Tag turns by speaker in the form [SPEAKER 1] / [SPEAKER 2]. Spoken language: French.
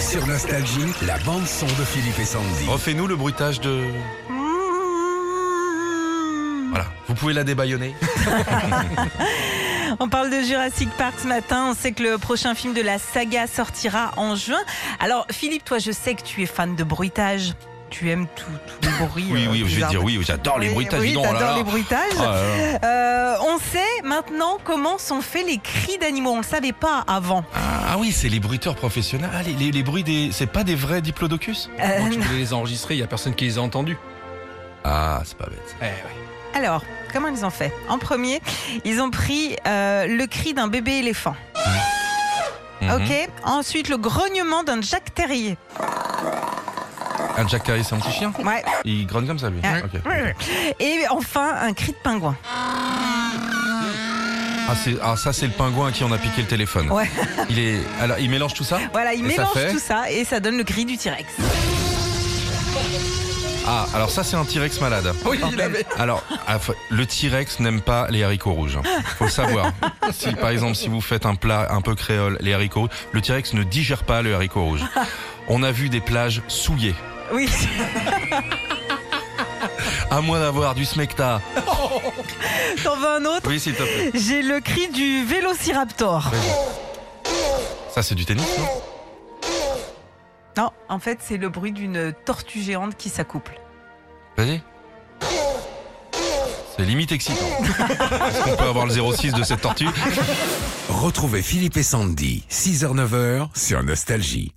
[SPEAKER 1] Sur Nostalgie, la bande son de Philippe et Sandy.
[SPEAKER 2] Refais-nous le bruitage de. Voilà, vous pouvez la débaillonner.
[SPEAKER 3] On parle de Jurassic Park ce matin. On sait que le prochain film de la saga sortira en juin. Alors, Philippe, toi, je sais que tu es fan de bruitage. Tu aimes tout, tout le bruit.
[SPEAKER 2] Oui,
[SPEAKER 3] euh,
[SPEAKER 2] oui, je vais
[SPEAKER 3] bizarre.
[SPEAKER 2] te dire oui, j'adore les
[SPEAKER 3] Oui,
[SPEAKER 2] bruitages.
[SPEAKER 3] oui,
[SPEAKER 2] dis donc, oh là
[SPEAKER 3] t'adores
[SPEAKER 2] là.
[SPEAKER 3] les bruitages.
[SPEAKER 2] Ah là là.
[SPEAKER 3] Euh, on sait maintenant comment sont faits les cris d'animaux. On ne le savait pas avant.
[SPEAKER 2] Ah oui, c'est les bruiteurs professionnels. Ah, les, les- les bruits des. C'est pas des vrais diplodocus
[SPEAKER 3] Euh,
[SPEAKER 4] Quand tu voulais les enregistrer, il n'y a personne qui les a entendus.
[SPEAKER 2] Ah, c'est pas bête.
[SPEAKER 4] Eh ouais.
[SPEAKER 3] alors, comment ils ont fait En premier, ils ont pris euh, le cri d'un bébé éléphant.
[SPEAKER 2] Mhm.
[SPEAKER 3] Ok. Ensuite, le grognement d'un Jack Terrier.
[SPEAKER 2] Un Ah, Jack Terry, c'est un petit chien
[SPEAKER 3] Ouais.
[SPEAKER 2] Il grogne comme ça, lui.
[SPEAKER 3] Ouais.
[SPEAKER 2] Ok.
[SPEAKER 3] Et enfin, un cri de pingouin.
[SPEAKER 2] Ah, c'est- ah, ça, c'est le pingouin à qui on a piqué le téléphone.
[SPEAKER 3] Ouais.
[SPEAKER 2] Il, est, alors, il mélange tout ça
[SPEAKER 3] Voilà, ils
[SPEAKER 2] Et ça
[SPEAKER 3] mélangent
[SPEAKER 2] fait
[SPEAKER 3] tout ça et ça donne le cri du T-Rex.
[SPEAKER 2] Ah, alors ça, c'est un T-Rex malade. Oui,
[SPEAKER 3] il l'avait.
[SPEAKER 2] Alors, ah, faut- le T-Rex n'aime pas les haricots rouges. hein. Faut le savoir. Si, par exemple, si vous faites un plat un peu créole, les haricots rouges, le T-Rex ne digère pas le haricot rouge. On a vu des plages souillées.
[SPEAKER 3] Oui.
[SPEAKER 2] À moins d'avoir du smecta.
[SPEAKER 3] T'en veux un autre
[SPEAKER 2] Oui, s'il te plaît.
[SPEAKER 3] J'ai le cri du Vélociraptor.
[SPEAKER 2] Ça, c'est du tennis, non
[SPEAKER 3] Non, en fait, c'est le bruit d'une tortue géante qui s'accouple.
[SPEAKER 2] Vas-y. C'est limite excitant. Est-ce qu'on peut avoir le 06 de cette tortue
[SPEAKER 1] Retrouvez Philippe et Sandy, 6h-9h sur Nostalgie.